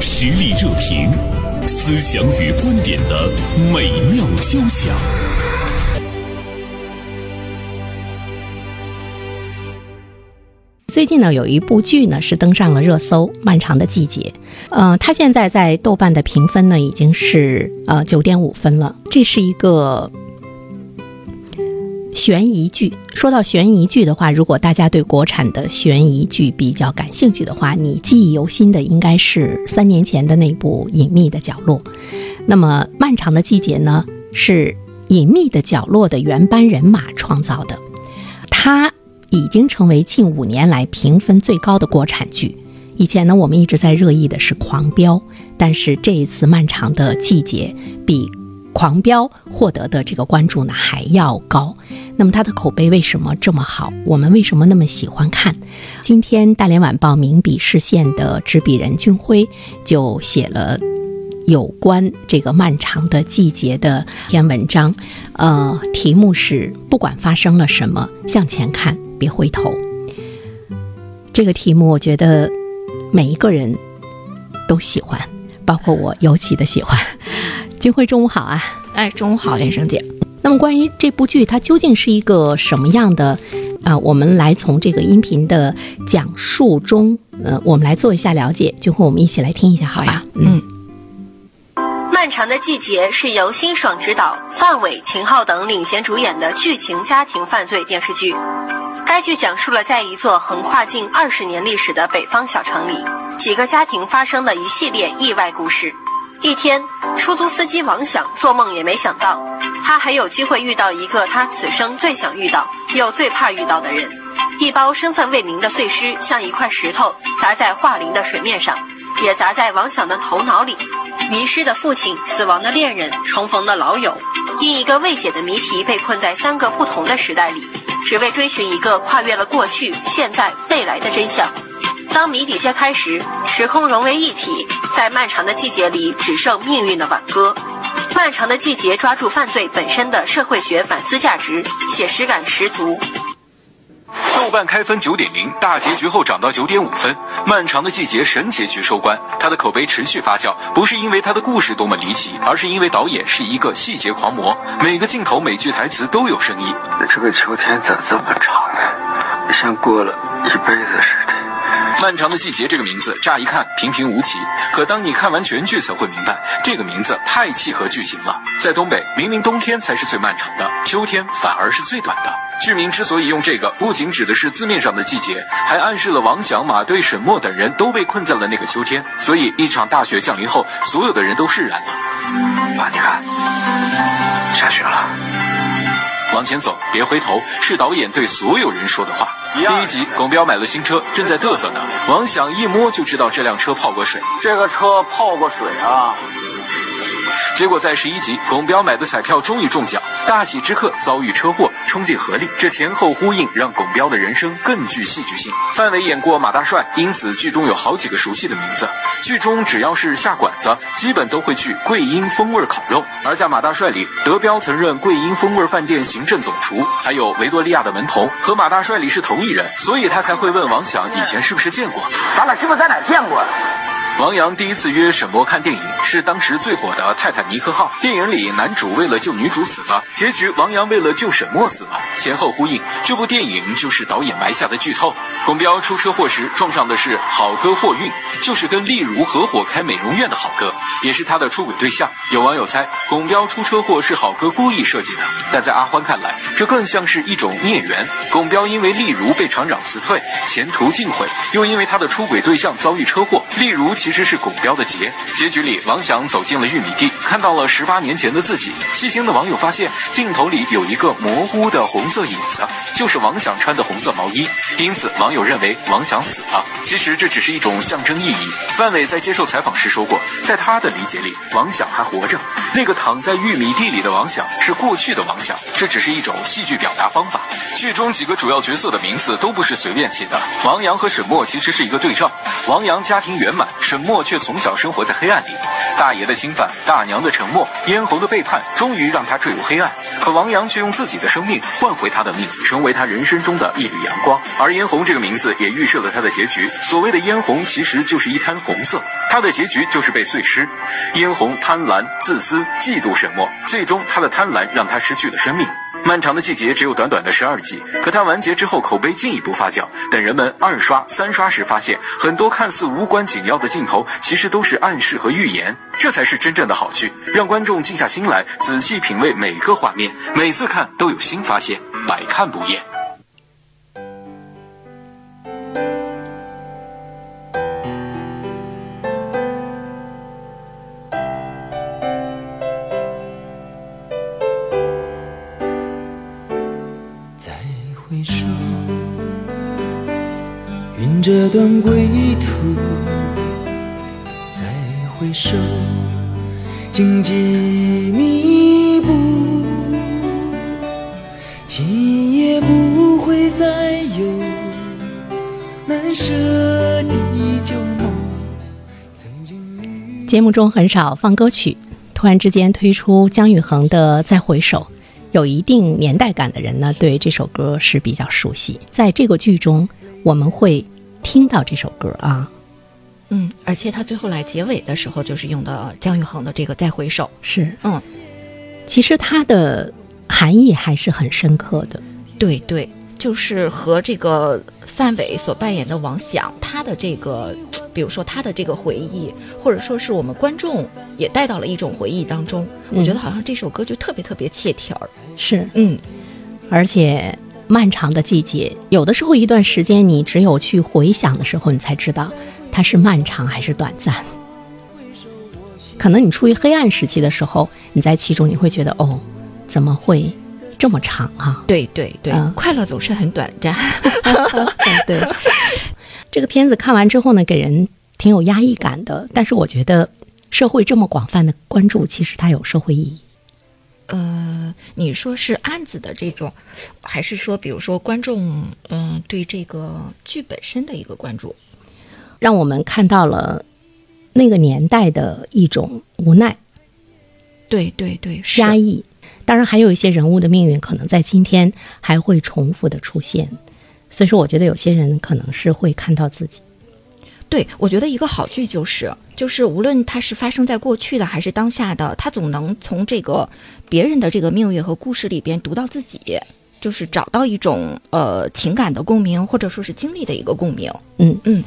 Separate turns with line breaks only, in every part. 实力热评，思想与观点的美妙交响。
最近呢，有一部剧呢是登上了热搜，《漫长的季节》。呃，它现在在豆瓣的评分呢已经是呃九点五分了。这是一个悬疑剧。说到悬疑剧的话，如果大家对国产的悬疑剧比较感兴趣的话，你记忆犹新的应该是三年前的那部《隐秘的角落》。那么，《漫长的季节》呢，是《隐秘的角落》的原班人马创造的，它。已经成为近五年来评分最高的国产剧。以前呢，我们一直在热议的是《狂飙》，但是这一次《漫长的季节》比《狂飙》获得的这个关注呢还要高。那么它的口碑为什么这么好？我们为什么那么喜欢看？今天《大连晚报》名笔视线的执笔人军辉就写了。有关这个漫长的季节的一篇文章，呃，题目是“不管发生了什么，向前看，别回头”。这个题目，我觉得每一个人都喜欢，包括我尤其的喜欢。 金辉，中午好啊！
哎，中午好，袁生姐。
那么，关于这部剧，它究竟是一个什么样的？啊、呃，我们来从这个音频的讲述中，呃，我们来做一下了解。就和我们一起来听一下，好吧？
好嗯。
漫长的季节是由辛爽执导、范伟、秦昊等领衔主演的剧情家庭犯罪电视剧。该剧讲述了在一座横跨近二十年历史的北方小城里，几个家庭发生的一系列意外故事。一天，出租司机王想做梦也没想到，他还有机会遇到一个他此生最想遇到又最怕遇到的人。一包身份未明的碎尸像一块石头砸在桦林的水面上，也砸在王想的头脑里。迷失的父亲、死亡的恋人、重逢的老友，因一个未解的谜题被困在三个不同的时代里，只为追寻一个跨越了过去、现在、未来的真相。当谜底揭开时，时空融为一体，在漫长的季节里，只剩命运的挽歌。漫长的季节抓住犯罪本身的社会学反思价值，写实感十足。
豆瓣开分九点零，大结局后涨到九点五分，《漫长的季节》神结局收官。它的口碑持续发酵，不是因为它的故事多么离奇，而是因为导演是一个细节狂魔，每个镜头、每句台词都有深意。
这个秋天咋这么长呢？像过了一辈子似的。
《漫长的季节》这个名字乍一看平平无奇，可当你看完全剧才会明白，这个名字太契合剧情了。在东北，明明冬天才是最漫长的，秋天反而是最短的。剧名之所以用这个，不仅指的是字面上的季节，还暗示了王想、马队、沈墨等人都被困在了那个秋天。所以，一场大雪降临后，所有的人都释然了。
爸，你看，下雪了。
往前走，别回头，是导演对所有人说的话。第一集，耿彪买了新车，正在嘚瑟呢。王想一摸就知道这辆车泡过水。
这个车泡过水啊！
结果在十一集，耿彪买的彩票终于中奖，大喜之客遭遇车祸，冲进河里。这前后呼应，让耿彪的人生更具戏剧性。范伟演过马大帅，因此剧中有好几个熟悉的名字。剧中只要是下馆子，基本都会去桂英风味烤肉。而在马大帅里，德彪曾任桂英风味饭店行政总厨，还有维多利亚的门童，和马大帅里是同一人，所以他才会问王想以前是不是见过。
咱俩是不是在哪见过？
王阳第一次约沈墨看电影，是当时最火的《泰坦尼克号》。电影里男主为了救女主死了，结局王阳为了救沈墨死了，前后呼应。这部电影就是导演埋下的剧透。董彪出车祸时撞上的是好哥霍运，就是跟丽茹合伙开美容院的好哥，也是他的出轨对象。有网友猜董彪出车祸是好哥故意设计的，但在阿欢看来，这更像是一种孽缘。董彪因为丽茹被厂长辞退，前途尽毁，又因为他的出轨对象遭遇车祸，丽茹。其实是拱标的劫。结局里，王想走进了玉米地，看到了十八年前的自己。细心的网友发现，镜头里有一个模糊的红色影子，就是王想穿的红色毛衣。因此，网友认为王想死了。其实这只是一种象征意义。范伟在接受采访时说过，在他的理解里，王想还活着。那个躺在玉米地里的王想是过去的王想，这只是一种戏剧表达方法。剧中几个主要角色的名字都不是随便起的。王阳和沈墨其实是一个对照。王阳家庭圆满。沈墨却从小生活在黑暗里，大爷的侵犯，大娘的沉默，咽喉的背叛，终于让他坠入黑暗。可王阳却用自己的生命换回他的命，成为他人生中的一缕阳光。而嫣红这个名字也预设了他的结局。所谓的嫣红，其实就是一滩红色。他的结局就是被碎尸。殷红贪婪、自私、嫉妒沈墨，最终他的贪婪让他失去了生命。漫长的季节只有短短的十二集，可它完结之后口碑进一步发酵。等人们二刷、三刷时，发现很多看似无关紧要的镜头，其实都是暗示和预言。这才是真正的好剧，让观众静下心来仔细品味每个画面，每次看都有新发现，百看不厌。
再回首，云这段归途。再回首，荆棘密布，今夜不会再有难舍的旧梦。曾经你。
节目中很少放歌曲，突然之间推出姜育恒的《再回首》，有一定年代感的人呢，对这首歌是比较熟悉。在这个剧中，我们会听到这首歌啊，
嗯，而且他最后来结尾的时候，就是用的呃姜育恒的这个《再回首》。
是，
嗯，
其实它的含义还是很深刻的。
对对，就是和这个范伟所扮演的王响，他的这个，嗯比如说他的这个回忆，或者说是我们观众也带到了一种回忆当中。我觉得好像这首歌就特别特别切题儿。
是，
嗯，
而且漫长的季节，有的时候一段时间，你只有去回想的时候，你才知道它是漫长还是短暂。可能你处于黑暗时期的时候，你在其中你会觉得，哦，怎么会这么长啊？
对对对，
嗯
快乐总是很短暂。
对， 这个片子看完之后呢，给人挺有压抑感的。但是我觉得社会这么广泛的关注，其实它有社会意义。
呃，你说是案子的这种，还是说比如说观众嗯、对这个剧本身的一个关注？
让我们看到了那个年代的一种无奈、
对对对，是
压抑。当然，还有一些人物的命运可能在今天还会重复的出现，所以说我觉得有些人可能是会看到自己。
对，我觉得一个好剧就是，就是无论它是发生在过去的还是当下的，它总能从这个别人的这个命运和故事里边读到自己，就是找到一种呃情感的共鸣，或者说是经历的一个共鸣。
嗯
嗯，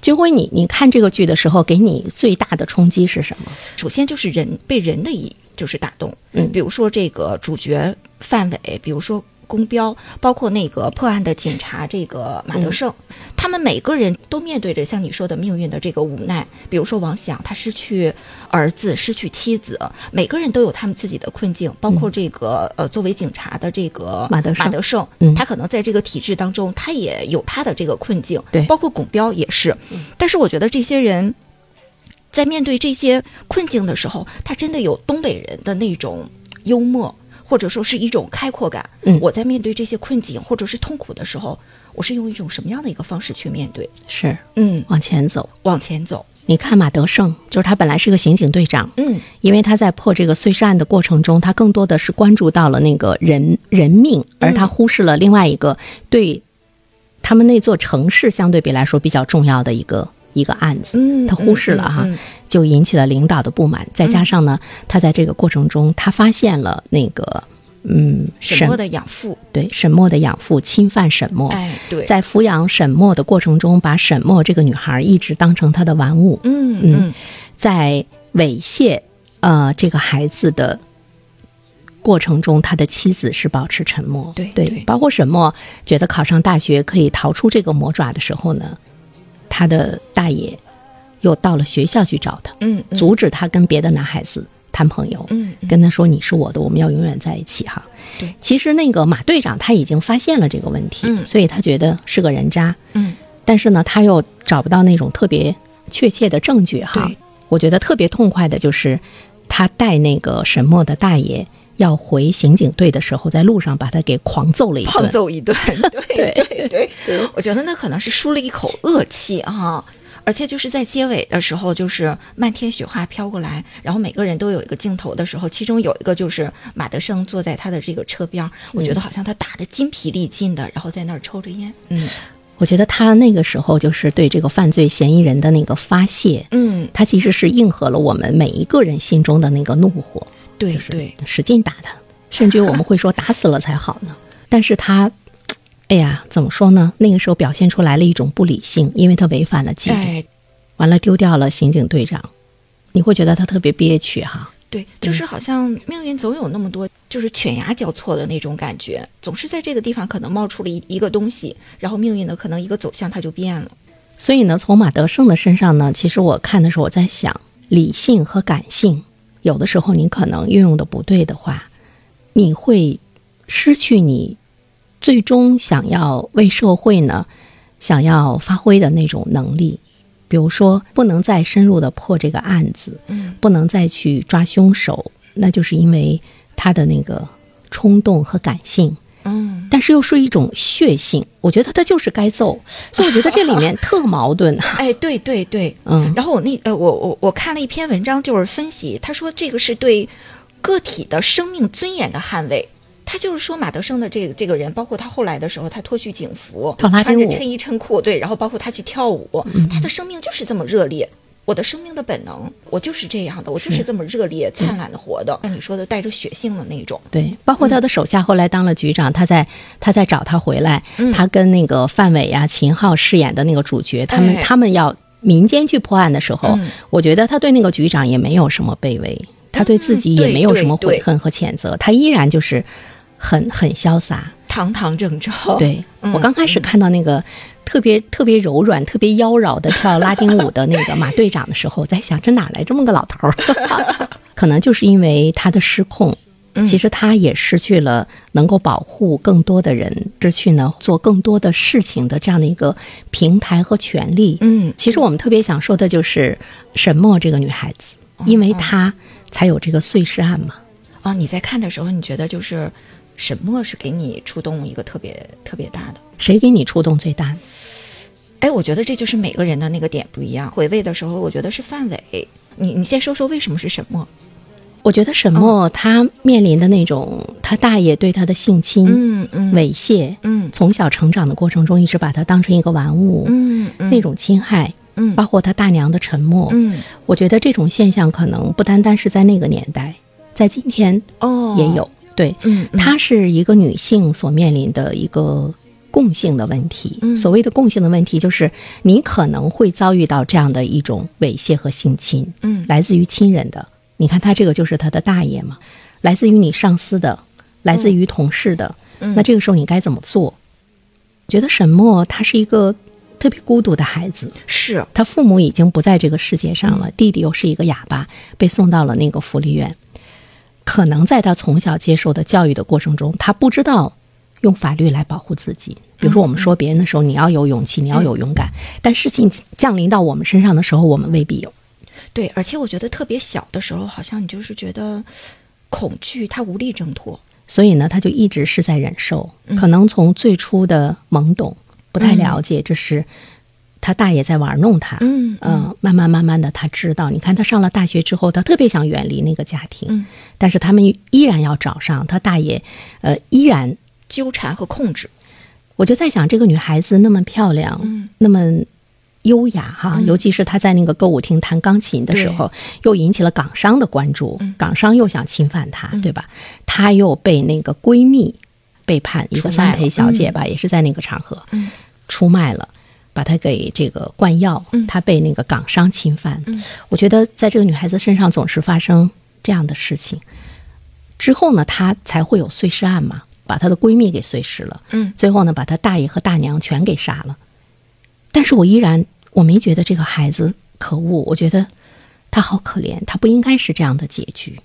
军辉，你你看这个剧的时候，给你最大的冲击是什么？
首先就是人被人的一就是打动，
嗯
比如说这个主角范伟，比如说宫彪，包括那个破案的警察这个马德胜，
嗯
他们每个人都面对着像你说的命运的这个无奈。比如说王响，他失去儿子，失去妻子，每个人都有他们自己的困境，包括这个、呃作为警察的这
嗯
个
马德胜
马德胜，
嗯
他可能在这个体制当中，他也有他的这个困境，
对嗯
包括龚彪也是。但是我觉得这些人。在面对这些困境的时候，他真的有东北人的那种幽默，或者说是一种开阔感。
嗯
我在面对这些困境或者是痛苦的时候，我是用一种什么样的一个方式去面对？
是
嗯，
往前走。
往前走。
你看马德胜，就是他本来是个刑警队长，
嗯，
因为他在破这个碎尸案的过程中，他更多的是关注到了那个人人命，而他忽视了另外一个对他们那座城市相对比来说比较重要的一个一个案子，
嗯
他忽视了哈、
嗯嗯嗯嗯
就引起了领导的不满。再加上呢，他在这个过程中，他发现了那个嗯，
沈墨的养父，
对沈墨的养父侵犯沈墨，
哎，对，
在抚养沈墨的过程中，把沈墨这个女孩一直当成他的玩物，
嗯
嗯
嗯，
在猥亵呃这个孩子的过程中，他的妻子是保持沉默。
对对
包括沈墨觉得考上大学可以逃出这个魔爪的时候呢，他的大爷又到了学校去找他，
嗯嗯
阻止他跟别的男孩子谈朋友。
嗯嗯
跟他说你是我的，我们要永远在一起哈。
对，
其实那个马队长他已经发现了这个问题，
嗯
所以他觉得是个人渣。
嗯，
但是呢，他又找不到那种特别确切的证据哈
对。
我觉得特别痛快的就是，他带那个沈墨的大爷要回刑警队的时候，在路上把他给狂揍了一
胖
顿。
揍一顿，对对对
对
我觉得那可能是舒了一口恶气啊。而且就是在结尾的时候，就是漫天雪花飘过来，然后每个人都有一个镜头的时候，其中有一个就是马德胜坐在他的这个车边儿，我觉得好像他打得筋疲力尽的，然后在那儿抽着烟。嗯，
我觉得他那个时候就是对这个犯罪嫌疑人的那个发泄，
嗯，
他其实是应和了我们每一个人心中的那个怒火，
对
就是
对，
使劲打他，甚至于我们会说打死了才好呢。但是他，哎呀，怎么说呢？那个时候表现出来了一种不理性，因为他违反了纪律，
哎，
完了丢掉了刑警队长，你会觉得他特别憋屈哈、
对，就是好像命运总有那么多，就是犬牙交错的那种感觉，总是在这个地方可能冒出了一一个东西，然后命运的可能一个走向它就变了。
所以呢，从马德胜的身上呢，其实我看的时候我在想，理性和感性，有的时候你可能运用的不对的话，你会失去你最终想要为社会呢想要发挥的那种能力。比如说，不能再深入的破这个案子，
嗯，
不能再去抓凶手，那就是因为他的那个冲动和感性。
嗯，
但是又是一种血性，我觉得他就是该揍，所以我觉得这里面特矛盾。啊
哎，对对对，
嗯
然后我那呃，我我我看了一篇文章，就是分析，他说这个是对个体的生命尊严的捍卫。他就是说马德胜的这个这个人，包括他后来的时候，他脱去警服，
跳拉丁
穿着
舞
衬衣衬裤，对，然后包括他去跳舞，
嗯
他的生命就是这么热烈。我的生命的本能，我就是这样的，我就是这么热烈、灿烂的活的。
嗯
像你说的，带着血性的那种，
对，包括他的手下后来当了局长，他在他在找他回来，
嗯
他跟那个范伟呀、秦昊饰演的那个主角，他们、
哎
他们要民间去破案的时候，
嗯
我觉得他对那个局长也没有什么卑微，他对自己也
嗯对
没有什
对
么悔
对
恨和谴责，他依然就是很很潇洒。
堂堂正正。，
对、
嗯
我刚开始看到那个特别、特别柔软、特别妖娆的跳拉丁舞的那个马队长的时候，我在想这哪来这么个老 头儿？ 可能就是因为他的失控，
嗯
其实他也失去了能够保护更多的人，失去呢做更多的事情的这样的一个平台和权利。
嗯，
其实我们特别想说的就是沈墨这个女孩子，
哦
因
嗯
为她才有这个碎尸案嘛。
啊，你在看的时候，你觉得就是沈墨是给你触动一个特别特别大的。
谁给你触动最大呢？
哎，我觉得这就是每个人的那个点不一样。回味的时候，我觉得是范伟。你你先说说为什么是沈墨？
我觉得沈
嗯
墨他面临的那种他大爷对他的性侵、
嗯嗯
猥亵，
嗯
从小成长的过程中一直把他当成一个玩物，
嗯
那种侵害，
嗯
包括他大娘的沉默，
嗯
我觉得这种现象可能不单单是在那个年代，在今天
哦
也有。对，
嗯嗯
它是一个女性所面临的一个共性的问题。
嗯
所谓的共性的问题，就是你可能会遭遇到这样的一种猥亵和性侵，
嗯
来自于亲人的。你看，他这个就是他的大爷嘛，来自于你上司的，来自于同事的。
嗯
那这个时候你该怎么做？我觉得沈墨他是一个特别孤独的孩子，
是
他父母已经不在这个世界上了，弟弟又是一个哑巴，被送到了那个福利院。可能在他从小接受的教育的过程中，他不知道用法律来保护自己。比如说，我们说别人的时候，你要有勇气，你要有勇敢；但事情降临到我们身上的时候，我们未必有。
对，而且我觉得特别小的时候，好像你就是觉得恐惧，他无力挣脱。
所以呢，他就一直是在忍受。可能从最初的懵懂、不太了解，这是他大爷在玩弄他。
嗯
嗯，慢慢慢慢的，他知道，你看他上了大学之后，他特别想远离那个家庭，
嗯
但是他们依然要找上他大爷，呃，依然，
纠缠和控制。
我就在想，这个女孩子那么漂亮，
嗯
那么优雅哈，尤其是她在那个歌舞厅弹钢琴的时候，又引起了港商的关注，
嗯
港商又想侵犯她，对吧？她又被那个闺蜜背叛，一个
出卖
三
了
陪小姐吧，也是在那个场合、
嗯
出卖了。把她给这个灌药，
嗯
她被那个港商侵犯。我觉得在这个女孩子身上总是发生这样的事情。之后呢，她才会有碎尸案嘛，把她的闺蜜给碎尸了。
嗯，
最后呢，把她大爷和大娘全给杀了。但是我依然我没觉得这个孩子可恶，我觉得他好可怜，他不应该是这样的结局。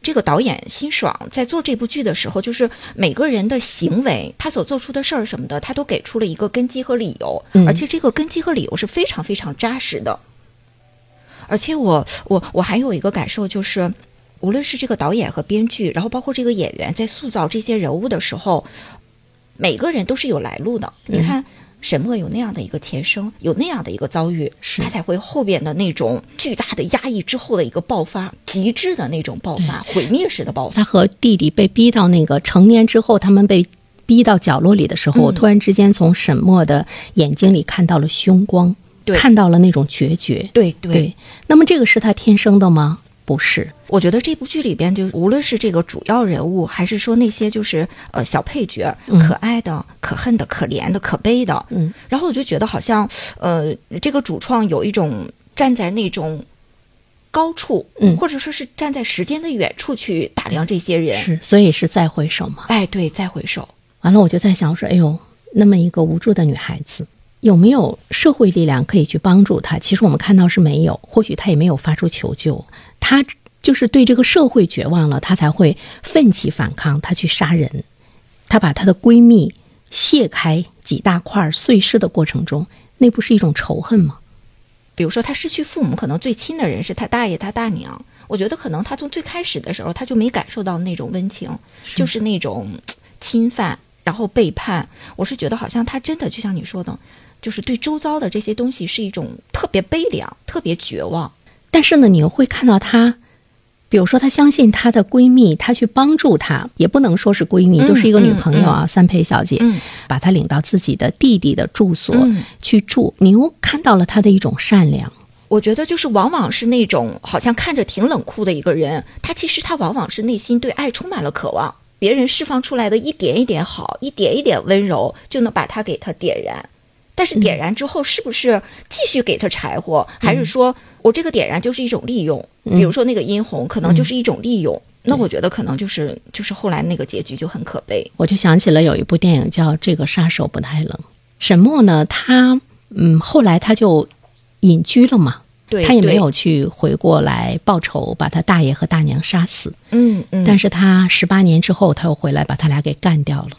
这个导演辛爽在做这部剧的时候，就是每个人的行为，他所做出的事儿什么的，他都给出了一个根基和理由，
嗯
而且这个根基和理由是非常非常扎实的。而且我我我还有一个感受就是，无论是这个导演和编剧，然后包括这个演员，在塑造这些人物的时候，每个人都是有来路的。
嗯
你看。沈墨有那样的一个前生，有那样的一个遭遇，
是
他才会后边的那种巨大的压抑之后的一个爆发，极致的那种爆发，毁灭式的爆发。
他和弟弟被逼到那个成年之后，他们被。逼到角落里的时候，
嗯
我突然之间从沈墨的眼睛里看到了凶光，
对
看到了那种决绝。
对对
那么这个是他天生的吗？不是，
我觉得这部剧里边，就无论是这个主要人物，还是说那些就是呃小配角，可爱的、可恨的、可怜的、可悲的，
嗯，
然后我就觉得好像呃，这个主创有一种站在那种高处，
嗯
或者说是站在时间的远处去打量这些人，
是，所以是再回首嘛。
哎，对，再回首，
完了，我就在想说，哎呦，那么一个无助的女孩子，有没有社会力量可以去帮助她？其实我们看到是没有，或许她也没有发出求救，她就是对这个社会绝望了，她才会奋起反抗，她去杀人，她把她的闺蜜卸开几大块碎尸的过程中，那不是一种仇恨吗？
比如说他失去父母，可能最亲的人是他大爷、他大娘。我觉得可能他从最开始的时候，他就没感受到那种温情，就是那种嘖侵犯，然后背叛。我是觉得好像他真的就像你说的，就是对周遭的这些东西是一种特别悲凉、特别绝望。
但是呢，你又会看到她，比如说她相信她的闺蜜，她去帮助她，也不能说是闺蜜，
嗯
就是一个女朋友啊，三陪小姐，
嗯
把她领到自己的弟弟的住所、
嗯
去住，你又看到了她的一种善良。
我觉得就是往往是那种好像看着挺冷酷的一个人，他其实他往往是内心对爱充满了渴望，别人释放出来的一点一点好，一点一点温柔，就能把他给他点燃。但是点
嗯
燃之后，是不是继续给他柴火，还是说我这个点燃就是一种利用？
嗯
比如说那个殷红，可能就是一种利用。那我觉得可能就是就是后来那个结局就很可悲。
我就想起了有一部电影叫《这个杀手不太冷》，沈墨呢，他嗯，后来他就隐居了嘛，
对，
他也没
对，
有去回过来报仇，把他大爷和大娘杀死。
嗯嗯。
但是他十八年之后，他又回来把他俩给干掉了。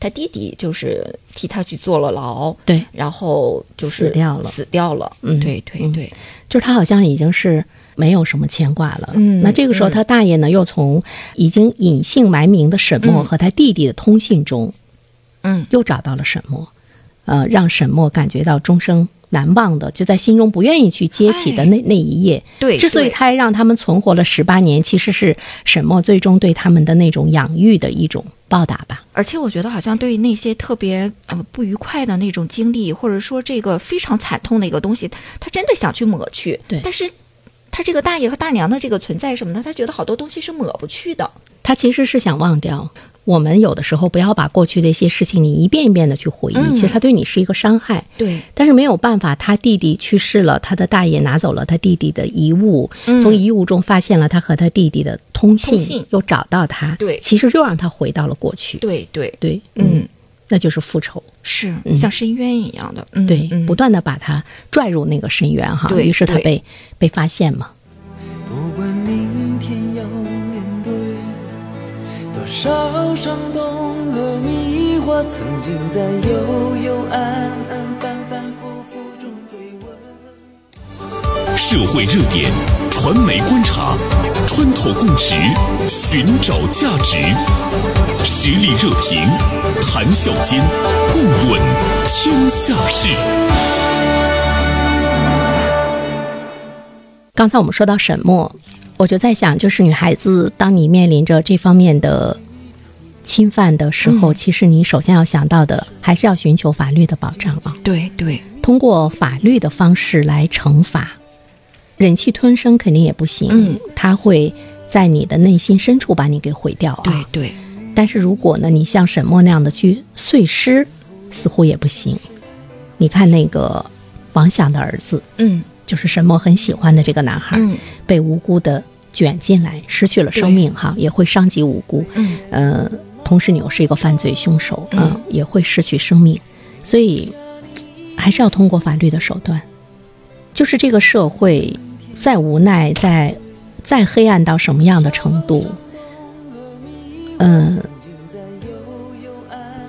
他弟弟就是替他去坐了牢，
对，
然后就是
死掉了
死掉了。
嗯
对对
嗯
对，
就是他好像已经是没有什么牵挂了。
嗯
那这个时候他大爷呢，又从已经隐姓埋名的沈墨
嗯
和他弟弟的通信中，
嗯，
又找到了沈墨，呃，让沈墨感觉到终生难忘的，就在心中不愿意去接起的那、那一页。
哎对
之所以
对
他还让他们存活了十八年，其实是沈墨最终对他们的那种养育的一种报答吧。
而且我觉得好像对于那些特别呃不愉快的那种经历，或者说这个非常惨痛的一个东西，他真的想去抹去。
对
但是他这个大爷和大娘的这个存在什么的，他觉得好多东西是抹不去的。
他其实是想忘掉。我们有的时候不要把过去的一些事情，你一遍一遍的去回忆，
嗯
其实它对你是一个伤害。
对，
但是没有办法，他弟弟去世了，他的大爷拿走了他弟弟的遗物，
嗯
从遗物中发现了他和他弟弟的通信，
通信
又找到他，
对
其实又让他回到了过去，
对对，
对，
嗯，
那就是复仇，
是、
嗯
像深渊一样的。嗯、
对，
嗯、
不断的把他拽入那个深渊哈，
对
于是他
对
被被发现嘛，
不管明天要面对多少伤痛和迷惑，曾经在幽幽暗暗、反反复复中追问。
社会热点，传媒观察，穿透共识，寻找价值，实力热评，谈笑间，共论天下事。
刚才我们说到沈墨，我就在想，就是女孩子，当你面临着这方面的侵犯的时
嗯
候，其实你首先要想到的还是要寻求法律的保障啊。
对对，
通过法律的方式来惩罚，忍气吞声肯定也不行，
嗯
它会在你的内心深处把你给毁掉
对
啊。
对，
但是如果呢，你像沈墨那样的去碎尸，似乎也不行。你看那个王响的儿子，
嗯
就是沈墨很喜欢的这个男孩，
嗯
被无辜的卷进来，失去了生命哈，也会伤及无辜。
嗯，
呃，同时你又是一个犯罪凶手，
嗯
呃也会失去生命，所以嘖还是要通过法律的手段。就是这个社会再无奈，再再黑暗到什么样的程度，嗯、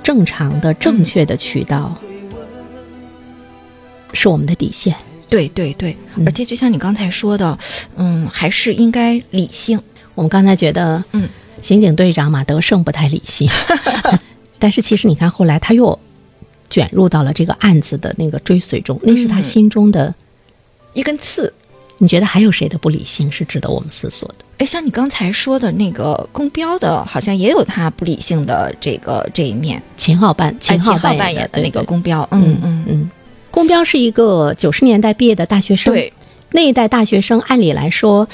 正常的、正确的渠道、是我们的底线。
对对对，
嗯
而且就像你刚才说的，嗯，还是应该理性。
我们刚才觉得，
嗯，
刑警队长马德胜不太理 性，但是其实你看后来他又卷入到了这个案子的那个追随中，那是他
嗯
心中的
一根刺，
你觉得还有谁的不理性是值得我们思索的？
哎，像你刚才说的那个公标的，好像也有他不理性的这个这一面。
秦昊扮
哎
昊
秦昊扮
演
演的那个
对对
公标，嗯
嗯
嗯，
嗯，龚彪是一个九十年代毕业的大学生，
对，
那一代大学生按理来说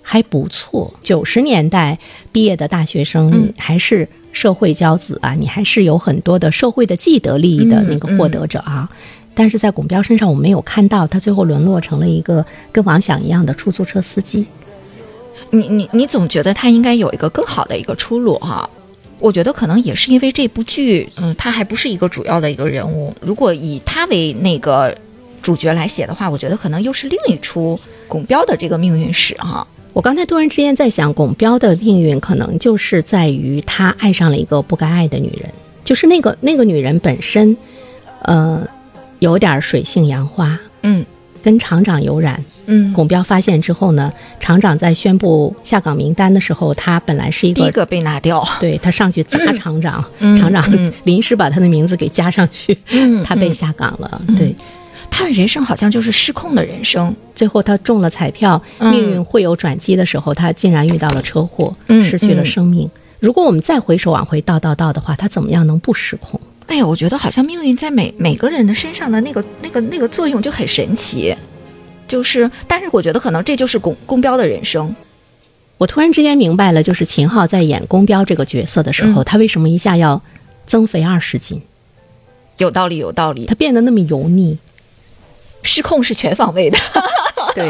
还不错，九十年代毕业的大学生
嗯
还是社会骄子啊，你还是有很多的社会的既得利益的
嗯
那个获得者啊。但是在龚彪身上，我没有看到他最后沦落成了一个跟王响一样的出租车司机。
你你你总觉得他应该有一个更好的一个出路哈、我觉得可能也是因为这部剧，嗯，他还不是一个主要的一个人物。如果以他为那个主角来写的话，我觉得可能又是另一出拱标的这个命运史哈、
我刚才突然之间在想，龚彪的命运可能就是在于他爱上了一个不该爱的女人，就是那个那个女人本身，呃，有点水性杨花，
嗯
跟厂长有染。
嗯，
龚彪发现之后呢，厂长在宣布下岗名单的时候，他本来是一
第
个
一个被拿掉，
对他上去砸厂长，
嗯
厂长
嗯
临时把他的名字给加上去，
嗯
他被
嗯
下岗了。对，
他的人生好像就是失控的人生，
最后他中了彩票，
嗯
命运会有转机的时候，他竟然遇到了车祸，
嗯
失去了
嗯
生命。如果我们再回首往回倒倒倒的话，他怎么样能不失控？
哎呀，我觉得好像命运在每每个人的身上的那个、那个、那个作用就很神奇，就是，但是我觉得可能这就是公公标的人生，
我突然之间明白了，就是秦昊在演宫彪这个角色的时候，
嗯
他为什么一下要增肥二十斤？
有道理，有道理
他。变得那么油 腻，
失控是全方位的。
对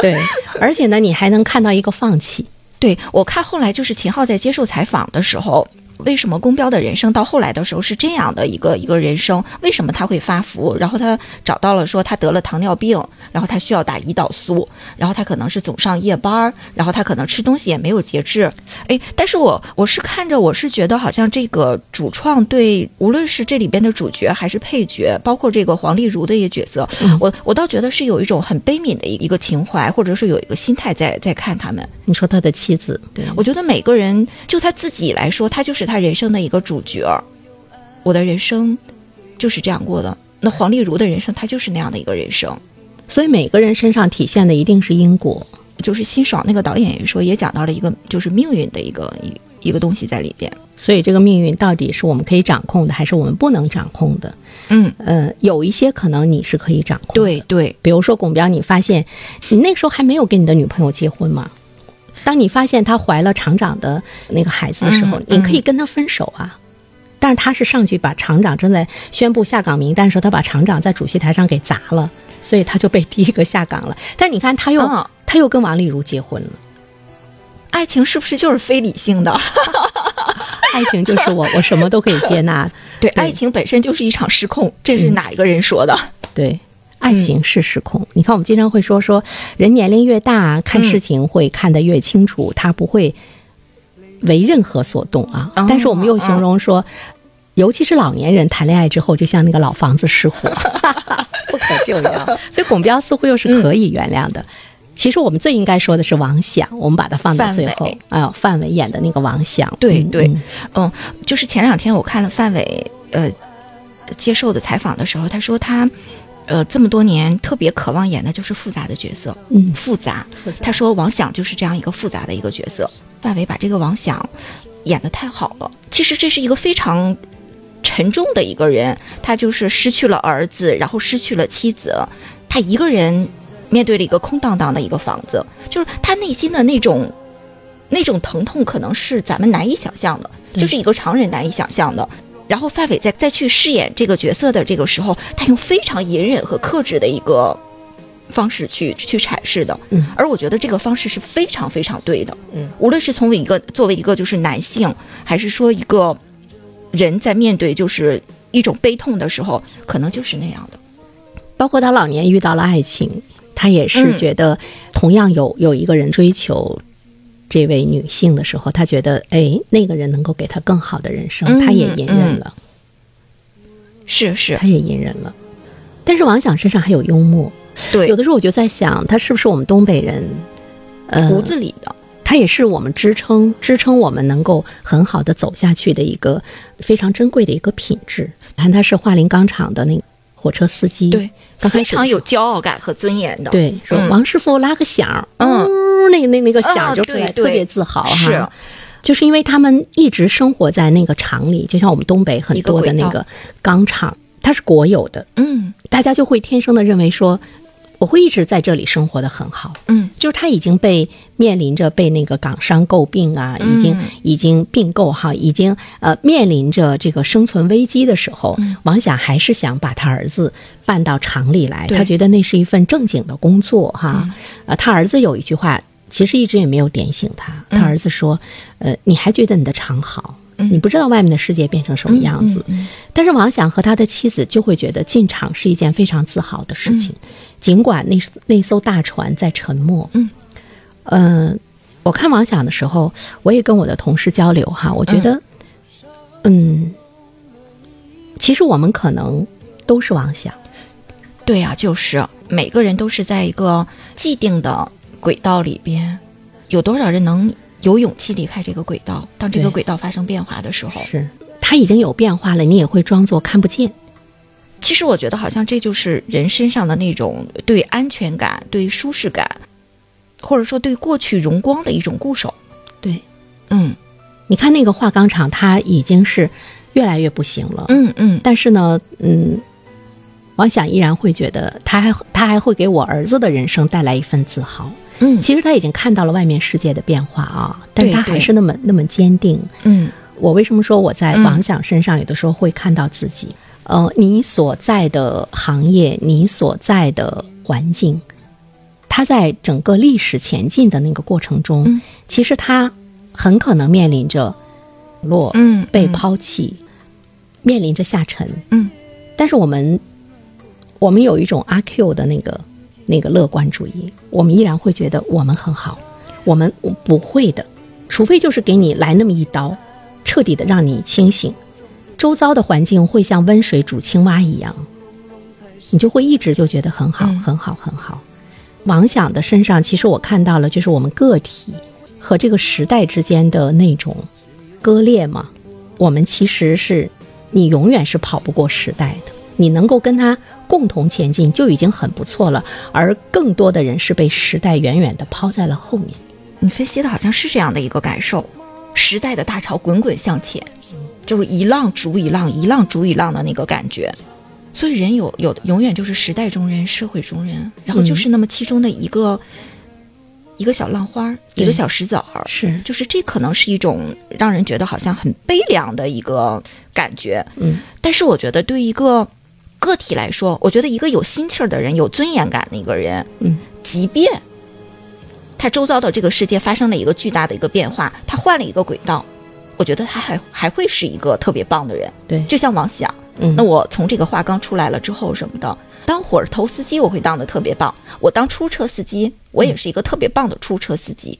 对，而且呢，你还能看到一个放弃。
对我看后来就是秦昊在接受采访的时候，为什么宫彪的人生到后来的时候是这样的一个一个人生？为什么他会发福？然后他找到了说他得了糖尿病，然后他需要打胰岛素，然后他可能是总上夜班儿，然后他可能吃东西也没有节制。哎，但是我我是看着我是觉得好像这个主创对无论是这里边的主角还是配角，包括这个黄丽茹的一些角色，我我倒觉得是有一种很悲悯的一个情怀，或者是有一个心态在在看他们。
你说他的妻子，对
我觉得每个人就他自己来说，他就是他人生的一个主角儿。我的人生就是这样过的。那黄丽茹的人生，她就是那样的一个人生。
所以每个人身上体现的一定是因果。
就是辛爽那个导演也说，也讲到了一个就是命运的一个一一个东西在里边。
所以这个命运到底是我们可以掌控的，还是我们不能掌控的？
嗯，
呃，有一些可能你是可以掌控的。
对，对，
比如说拱标，你发现你那个时候还没有跟你的女朋友结婚嘛？当你发现她怀了厂长的那个孩子的时候，
嗯
你可以跟她分手啊。但是她是上去把厂长正在宣布下岗名单的时候，她把厂长在主席台上给砸了，所以她就被第一个下岗了。但你看，她又、
嗯
她又跟王丽茹结婚了。
爱情是不是就是非理性的？
爱情就是我，我什么都可以接纳。
对，嗯
对
爱情本身就是一场失控。这是哪一个人说的？嗯
对，爱情是失控。你看，我们经常会说说，人年龄越大，看事情会看得越清楚，他不会为任何所动啊。
哦
但是我们又形容说。尤其是老年人谈恋爱之后，就像那个老房子失 火，不可救药。所以，拱标似乎又是可以原谅的。
嗯
其实，我们最应该说的是王响，我们把它放到
范
最
伟
后啊、范伟演的那个王响，
对
嗯
对
嗯
嗯，就是前两天我看了范伟呃接受的采访的时候，他说他呃这么多年特别渴望演的就是复杂的角色，
嗯
复杂。
复杂
他说王响就是这样一个复杂的一个角色，范伟把这个王响演得太好了。其实这是一个非常。沉重的一个人，他就是失去了儿子，然后失去了妻子，他一个人面对了一个空荡荡的一个房子，就是他内心的那种那种疼痛，可能是咱们难以想象的，
对
就是一个常人难以想象的。然后范伟在再去饰演这个角色的这个时候，他用非常隐忍和克制的一个方式去去阐释的，
嗯
而我觉得这个方式是非常非常对的，
嗯，
无论是从一个作为一个就是男性，还是说一个人在面对就是一种悲痛的时候，可能就是那样的，
包括他老年遇到了爱情，他也是
嗯
觉得同样有有一个人追求这位女性的时候，他觉得哎，那个人能够给他更好的人生，
嗯
他也隐忍了，
是是，
他也隐忍了。但是王响身上还有幽默，
对，
有的时候我就在想，他是不是我们东北人？呃，
骨子里的，
它也是我们支撑支撑我们能够很好的走下去的一个非常珍贵的一个品质。你看，它是桦林钢厂的那个火车司机，
对，
刚开
非
始的
常
时
有
候
骄傲感和尊严的。
对，说
嗯
王师傅拉个响儿，
嗯
呜那个那那个响儿
啊
就出来，
对对
特别自豪哈。
是，
就是因为他们一直生活在那个厂里，就像我们东北很
一个
多的
轨
那
道
个钢厂，它是国有的，
嗯
大家就会天生的认为说，我会一直在这里生活的很好。
嗯，
就是他已经被面临着被那个港商诟病啊，
嗯
已经已经并购哈，已经呃面临着这个生存危机的时候，
嗯
王想还是想把他儿子办到厂里来，
对嗯
他觉得那是一份正经的工作哈。呃，他儿子有一句话，其实一直也没有点醒他，
嗯
他儿子说，呃，你还觉得你的厂好？你不知道外面的世界变成
嗯
什么样子，但是王想和他的妻子就会觉得进厂是一件非常自豪的事情，尽管那那艘大船在沉没。嗯，呃，我看王想的时候，我也跟我的同事交流哈，我觉得，嗯其实我们可能都是王想，
对呀、就是每个人都是在一个既定的轨道里边，有多少人能有勇气离开这个轨道？当这个
对
轨道发生变化的时候，
是他已经有变化了，你也会装作看不见。
其实我觉得好像这就是人身上的那种对安全感、对舒适感，或者说对过去荣光的一种固守。
对，
嗯
你看那个化钢厂，它已经是越来越不行了，
嗯嗯，
但是呢，嗯，王想依然会觉得他还他还会给我儿子的人生带来一份自豪。
嗯
其实他已经看到了外面世界的变化啊，但
对
他还
对
是那么那么坚定。
嗯
我为什么说我在
嗯
王想身上有的时候会看到自己？呃，你所在的行业，你所在的环境，它在整个历史前进的那个过程中，
嗯
其实它很可能面临着落、
嗯，
被
嗯
抛弃，面临着下沉。
嗯，
但是我们我们有一种阿 Q 的那个那个乐观主义，我们依然会觉得我们很好，我们不会的，除非就是给你来那么一刀，彻底的让你清醒。周遭的环境会像温水煮青蛙一样，你就会一直就觉得很好，
嗯
很好，很好。王想的身上，其实我看到了，就是我们个体和这个时代之间的那种割裂嘛。我们其实是，你永远是跑不过时代的。你能够跟他共同前进，就已经很不错了。而更多的人是被时代远远的抛在了后面。
你分析的好像是这样的一个感受：时代的大潮滚滚向前，就是一浪逐一浪，一浪逐一浪的那个感觉。所以人有有永远就是时代中人，社会中人，然后就是那么其中的一个、一个小浪花儿，一
对
个小石子儿，
是，
就是这可能是一种让人觉得好像很悲凉的一个感觉。
嗯，
但是我觉得对一个个体来说，我觉得一个有心气儿的人、有尊严感的一个人，
嗯，
即便他周遭的这个世界发生了一个巨大的一个变化，他换了一个轨道，我觉得他还还会是一个特别棒的人。
对，
就像王想，
嗯
那我从这个化钢出来了之后什么的，当火车头司机我会当的特别棒，我当出租车司机我
嗯
也是一个特别棒的出租车司机。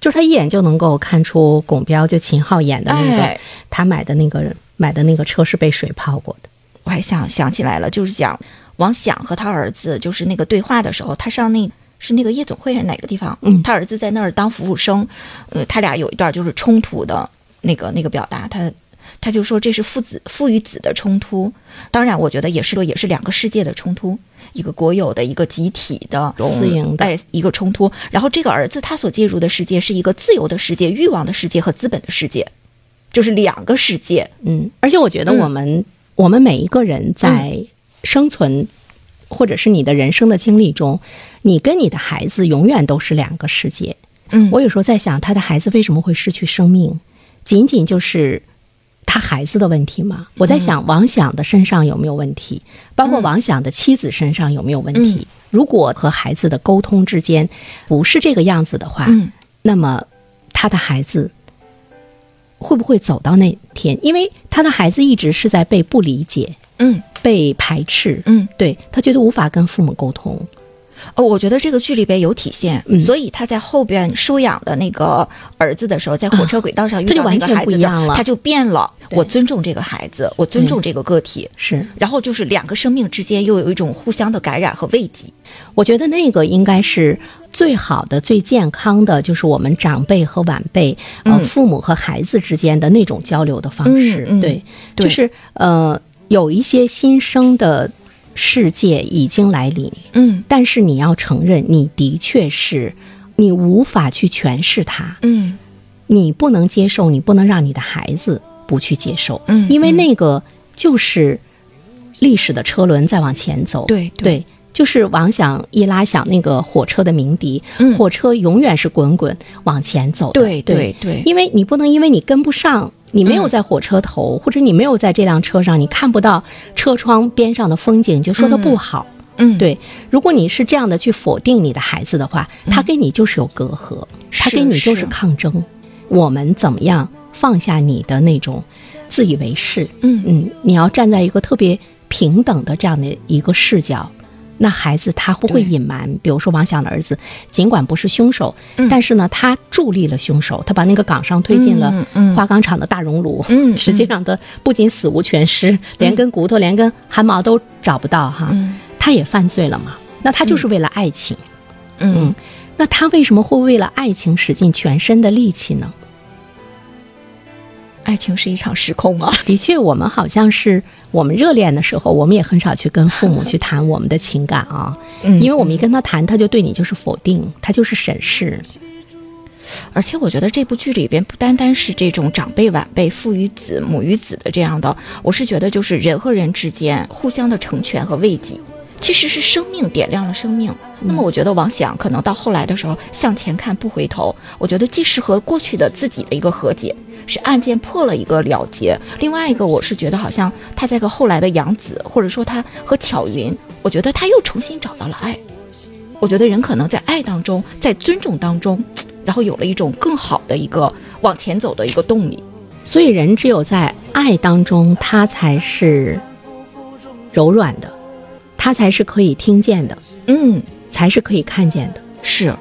就是他一眼就能够看出拱标，就秦昊演的那个，
哎
他买的那个买的那个车是被水泡过的。
我还想想起来了，就是讲王想和他儿子就是那个对话的时候，他上那是那个夜总会还是哪个地方？
嗯
他儿子在那儿当服务生，呃，他俩有一段就是冲突的那个那个表达，他他就说这是父子父与子的冲突，当然我觉得也是说也是两个世界的冲突。一个国有的一个集体的
私营的
哎，一个冲突。然后这个儿子他所介入的世界是一个自由的世界、欲望的世界和资本的世界，就是两个世界。
嗯，而且我觉得我们、我们每一个人在生存、或者是你的人生的经历中，你跟你的孩子永远都是两个世界。
嗯
我有时候在想，他的孩子为什么会失去生命，仅仅就是他孩子的问题吗？我在想，王想的身上有没有问题，包括王想的妻子身上有没有问题？如果和孩子的沟通之间不是这个样子的话，
嗯
那么他的孩子会不会走到那天？因为他的孩子一直是在被不理解、
嗯
被排斥，
嗯，
对他觉得无法跟父母沟通，
哦，我觉得这个剧里边有体现，
嗯
所以他在后边收养的那个儿子的时候，在火车轨道上遇
他就
到那
完
个
全
孩
不
子
一
的
样了
他就变了。
对
我尊重这个孩子，我尊重这个个体，
是。
然后就是两个生命之间又有一种互相的感染和慰藉。
我觉得那个应该是最好的、最健康的，就是我们长辈和晚辈，呃，
嗯
父母和孩子之间的那种交流的方式。
嗯嗯
对，
对
就是呃，有一些新生的世界已经来临，
嗯
但是你要承认，你的确是，你无法去诠释它，
嗯
你不能接受，你不能让你的孩子不去接受，
嗯
因为那个就是历史的车轮在往前走，
对对
对，就是往想一拉响那个火车的鸣笛，
嗯
火车永远是滚滚往前走的，
对对对
因为你不能因为你跟不上。你没有
嗯
在火车头，或者你没有在这辆车上，你看不到车窗边上的风景，你就说它不好。
嗯，
对，如果你是这样的去否定你的孩子的话，他跟你就是有隔阂，他
嗯是
跟你就是
是
抗争。我们怎么样放下你的那种自以为是？
嗯
嗯，你要站在一个特别平等的这样的一个视角。那孩子他会不会
对
隐瞒？比如说王想的儿子，尽管不是凶手，
嗯
但是呢，他助力了凶手，他把那个岗上推进了
嗯嗯
花岗厂的大熔炉。
嗯嗯
实际上他不仅死无全尸，连根骨头、连根汗毛都找不到哈。
嗯
他也犯罪了嘛。那他就是为了爱情，
嗯
那他为什么会为了爱情使尽全身的力气呢？
爱情是一场时空啊，
的确，我们好像是我们热恋的时候，我们也很少去跟父母去谈我们的情感啊，
嗯
因为我们一跟他谈，他就对你就是否定，他就是审视。
而且我觉得这部剧里边不单单是这种长辈晚辈、父与子、母与子的这样的，我是觉得就是人和人之间互相的成全和慰藉，其实是生命点亮了生命。那么我觉得王响可能到后来的时候向前看不回头，我觉得既是和过去的自己的一个和解，是案件破了一个了结，另外一个我是觉得好像他在和后来的杨子，或者说他和巧云，我觉得他又重新找到了爱。我觉得人可能在爱当中，在尊重当中，然后有了一种更好的一个往前走的一个动力。
所以，人只有在爱当中，他才是柔软的，他才是可以听见的，
嗯，
才是可以看见的。
是，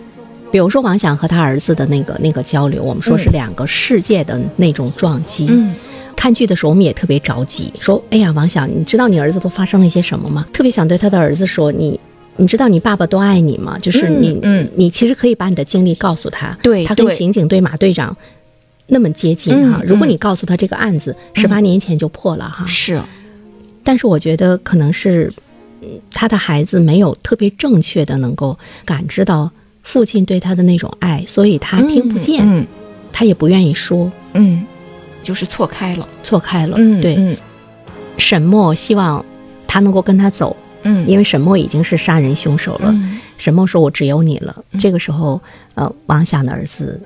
比如说王想和他儿子的那个那个交流，我们说是
嗯
两个世界的那种撞击。
嗯
看剧的时候，我们也特别着急，说：“哎呀，王想，你知道你儿子都发生了一些什么吗？”特别想对他的儿子说：“你，你知道你爸爸多爱你吗？就是
嗯
你，
嗯
你其实可以把你的经历告诉他。
对
他跟
对
刑警队马队长那么接近哈、
嗯
如果你告诉他这个案子十八年前就破了哈、
是，
但是我觉得可能是，嗯他的孩子没有特别正确的能够感知到父亲对他的那种爱，所以他听不见，
嗯
他也不愿意说，
嗯，就是错开了。
错开了。
嗯，
对，
嗯
沈墨希望他能够跟他走，
嗯，
因为沈墨已经是杀人凶手了。
嗯
沈墨说：“我只有你了。这个时候，呃，王想的儿子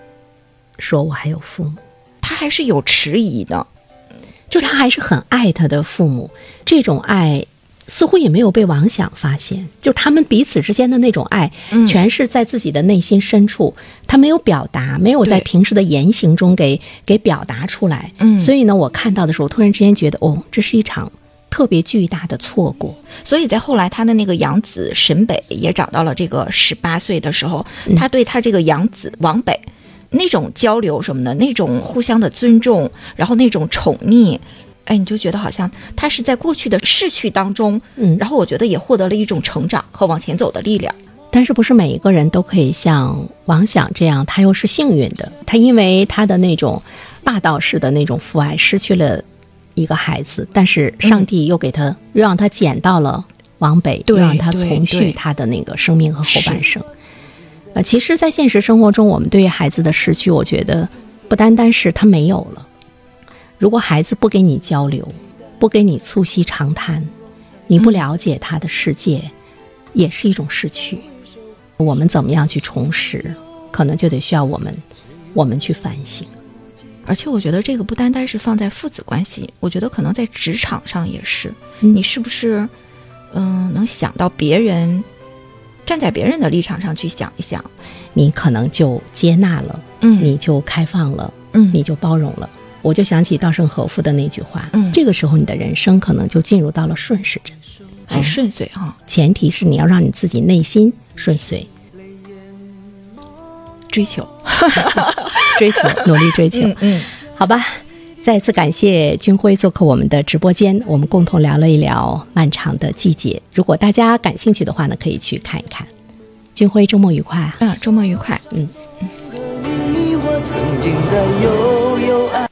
说：“我还有父母。”
他还是有迟疑的。
就他还是很爱他的父母，这种爱似乎也没有被王想发现，就他们彼此之间的那种爱，
嗯
全是在自己的内心深处，他没有表达，没有在
对
平时的言行中给给表达出来。
嗯
所以呢，我看到的时候，突然之间觉得，哦，这是一场特别巨大的错过。
所以在后来，他的那个养子沈北也找到了这个十八岁的时候，
嗯
他对他这个养子王北那种交流什么的，那种互相的尊重，然后那种宠溺，哎，你就觉得好像他是在过去的逝去当中，
嗯
然后我觉得也获得了一种成长和往前走的力量。
但是不是每一个人都可以像王想这样，他又是幸运的。他因为他的那种霸道式的那种父爱，失去了一个孩子，但是
嗯
上帝又给他、又让他捡到了王北，又
对
让他
对
重续
对
他的那个生命和后半生。呃，其实，在现实生活中，我们对于孩子的失去，我觉得不单单是他没有了，如果孩子不给你交流，不给你促膝长谈，你不了解他的世界，也是一种失去。我们怎么样去重拾，可能就得需要我们，我们去反省。
而且我觉得这个不单单是放在父子关系，我觉得可能在职场上也是，
嗯
你是不是嗯、能想到别人，站在别人的立场上去想一想，
你可能就接纳了，
嗯
你就开放了，
嗯
你就包容了。我就想起稻盛和夫的那句话，
嗯
这个时候你的人生可能就进入到了顺时针，
很顺遂哈、
前提是你要让你自己内心顺遂，
追求。
追 求努力追求，
嗯，
好吧。再次感谢军辉做客我们的直播间，我们共同聊了一聊漫长的季节。如果大家感兴趣的话呢，可以去看一看。军辉周末愉快啊！
嗯，周末愉快。
迷惑曾经在幽幽暗。